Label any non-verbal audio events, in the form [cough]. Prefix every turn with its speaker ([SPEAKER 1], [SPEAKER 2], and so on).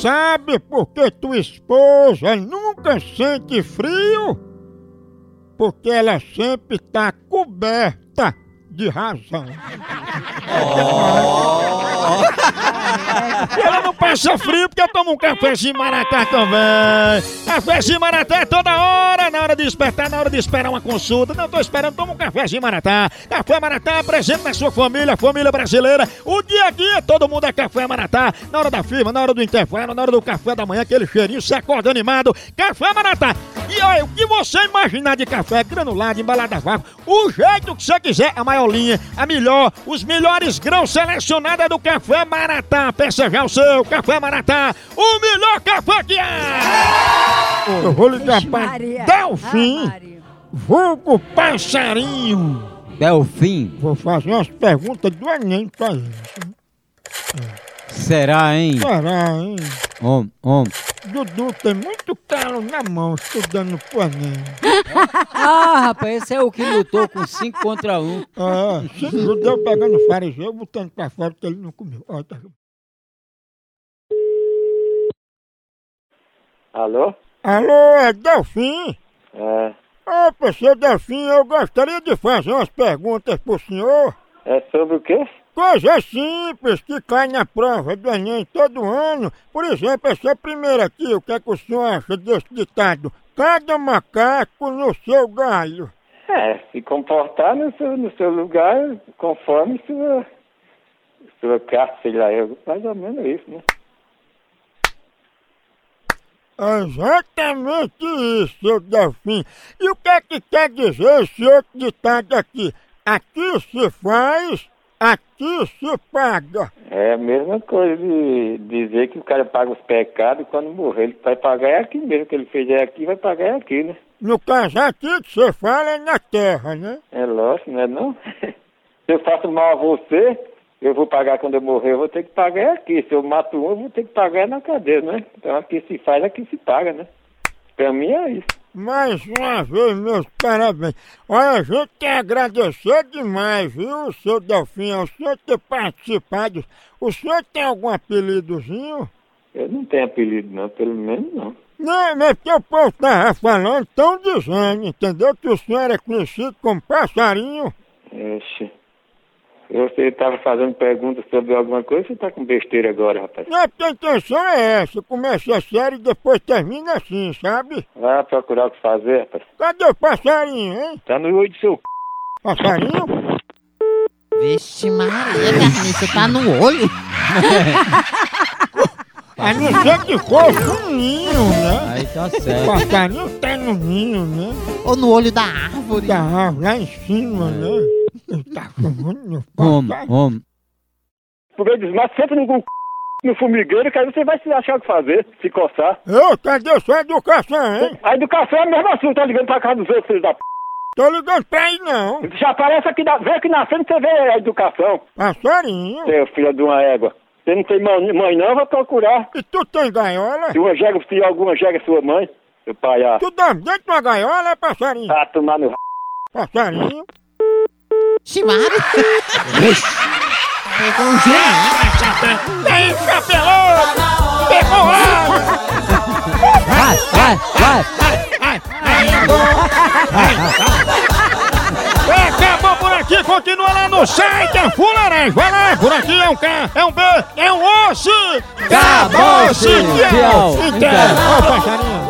[SPEAKER 1] sabe porque tua esposa nunca sente frio? Porque ela sempre está coberta de razão. Ela não passa frio porque eu tomo um cafezinho maratá também. Cafezinho maratá é toda hora, na hora de despertar, na hora de esperar uma consulta. Não tô esperando, toma um cafezinho maratá. Café maratá presente na sua família, família brasileira. O dia a dia, todo mundo é café maratá. Na hora da firma, na hora do intervalo, na hora do café da manhã, aquele cheirinho, se acorda animado. Café maratá. E olha, o que você imaginar de café, granulado, embalado a vácuo, o jeito que você quiser, a maior linha, a melhor, os melhores grãos selecionados é do Café Maratá. Peça já o seu, Café Maratá, o melhor café que é! Eu vou ligar pra
[SPEAKER 2] Maria. Ah,
[SPEAKER 1] Delfim,
[SPEAKER 2] Maria.
[SPEAKER 1] vulgo passarinho.
[SPEAKER 3] É Delfim,
[SPEAKER 1] Vou fazer umas perguntas do Enem pra ele.
[SPEAKER 3] será, hein?
[SPEAKER 1] Será, hein?
[SPEAKER 3] Homem, homem.
[SPEAKER 1] Dudu tem muito calo na mão estudando pro Enem.
[SPEAKER 3] Ah, rapaz, esse é o que lutou com 5 contra 1. Um.
[SPEAKER 1] Ah, se o judeu pegando fariseu, botando pra fora que ele não comeu. Ó, tá-
[SPEAKER 4] Alô?
[SPEAKER 1] Alô, é Delfim?
[SPEAKER 4] É,
[SPEAKER 1] Ô, professor Delfim, eu gostaria de fazer umas perguntas pro senhor.
[SPEAKER 4] é sobre o quê?
[SPEAKER 1] Coisa simples que cai na prova do Enem todo ano. Por exemplo, essa primeira aqui, o que é que o senhor acha desse ditado? Cada macaco no seu galho.
[SPEAKER 4] É, se comportar no seu, no seu lugar conforme sua, sua classe, sei lá, é mais ou menos isso, né?
[SPEAKER 1] É Exatamente isso, seu Delfim. E o que é que quer dizer esse outro ditado aqui? Aqui se faz, aqui se paga.
[SPEAKER 4] É a mesma coisa de dizer que o cara paga os pecados e quando morrer ele vai pagar é aqui mesmo, que ele fez é aqui, vai pagar é aqui, né?
[SPEAKER 1] No caso aqui que você fala é na terra, né?
[SPEAKER 4] É lógico, não é não? [laughs] Se eu faço mal a você, eu vou pagar quando eu morrer, eu vou ter que pagar é aqui. Se eu mato um, eu vou ter que pagar é na cadeia, né? Então aqui se faz, aqui se paga, né? Pra mim é isso.
[SPEAKER 1] Mais uma vez, meus parabéns. Olha, a gente quer agradecer demais, viu, seu Delfim, ao senhor ter participado. O senhor tem algum apelidozinho?
[SPEAKER 4] Eu não tenho apelido não, pelo menos não.
[SPEAKER 1] Não, mas porque o povo estava falando, tão dizendo, entendeu? Que o senhor é conhecido como passarinho.
[SPEAKER 4] Ixi. Eu sei, estava fazendo perguntas sobre alguma coisa, você tá com besteira agora, rapaz.
[SPEAKER 1] Não, porque a intenção é essa, começa a série e depois termina assim, sabe?
[SPEAKER 4] Vai procurar o que fazer, rapaz.
[SPEAKER 1] Cadê o passarinho, hein?
[SPEAKER 4] Tá no olho do seu c...
[SPEAKER 1] Passarinho?
[SPEAKER 5] Vixe Maria, Carniça, tá no olho.
[SPEAKER 1] A não ser que fosse um ninho, né?
[SPEAKER 3] Aí tá
[SPEAKER 1] O
[SPEAKER 3] certo.
[SPEAKER 1] passarinho tá no ninho, né?
[SPEAKER 5] Ou no olho da árvore.
[SPEAKER 1] da árvore lá em cima, né? Ele tá fumando no
[SPEAKER 3] Homem,
[SPEAKER 1] papai.
[SPEAKER 3] homem.
[SPEAKER 4] Porque desmato sempre no c... no formigueiro, que aí você vai se achar o que fazer, se coçar.
[SPEAKER 1] Eu, cadê sua educação, hein?
[SPEAKER 4] Aí do café é o mesmo assunto, tá ligando pra casa dos outros, filho da p...
[SPEAKER 1] Tô ligando pra ele não,
[SPEAKER 4] Já aparece aqui, da... vem aqui na frente, você vê a educação,
[SPEAKER 1] passarinho.
[SPEAKER 4] seu é filho de uma égua. Você não tem mãe, mãe não, vai procurar.
[SPEAKER 1] E tu tem gaiola?
[SPEAKER 4] Se uma jega, se alguma jega é sua mãe, seu pai, ah,
[SPEAKER 1] Tu dorme dentro de uma gaiola, é passarinho?
[SPEAKER 4] ah tomar no... r-
[SPEAKER 1] Passarinho.
[SPEAKER 5] Vixe Maria. Pegou um jeito.
[SPEAKER 1] Aí, capelão! Pegou água!
[SPEAKER 3] Vai, vai, vai.
[SPEAKER 1] Acabou por aqui, continua lá no site, é Fularém. Vai lá, por aqui é um K, é um B, é um osso!
[SPEAKER 3] Acabou-se.
[SPEAKER 1] Acabou-se,
[SPEAKER 3] Tchau.
[SPEAKER 1] Então, ó, passarinho.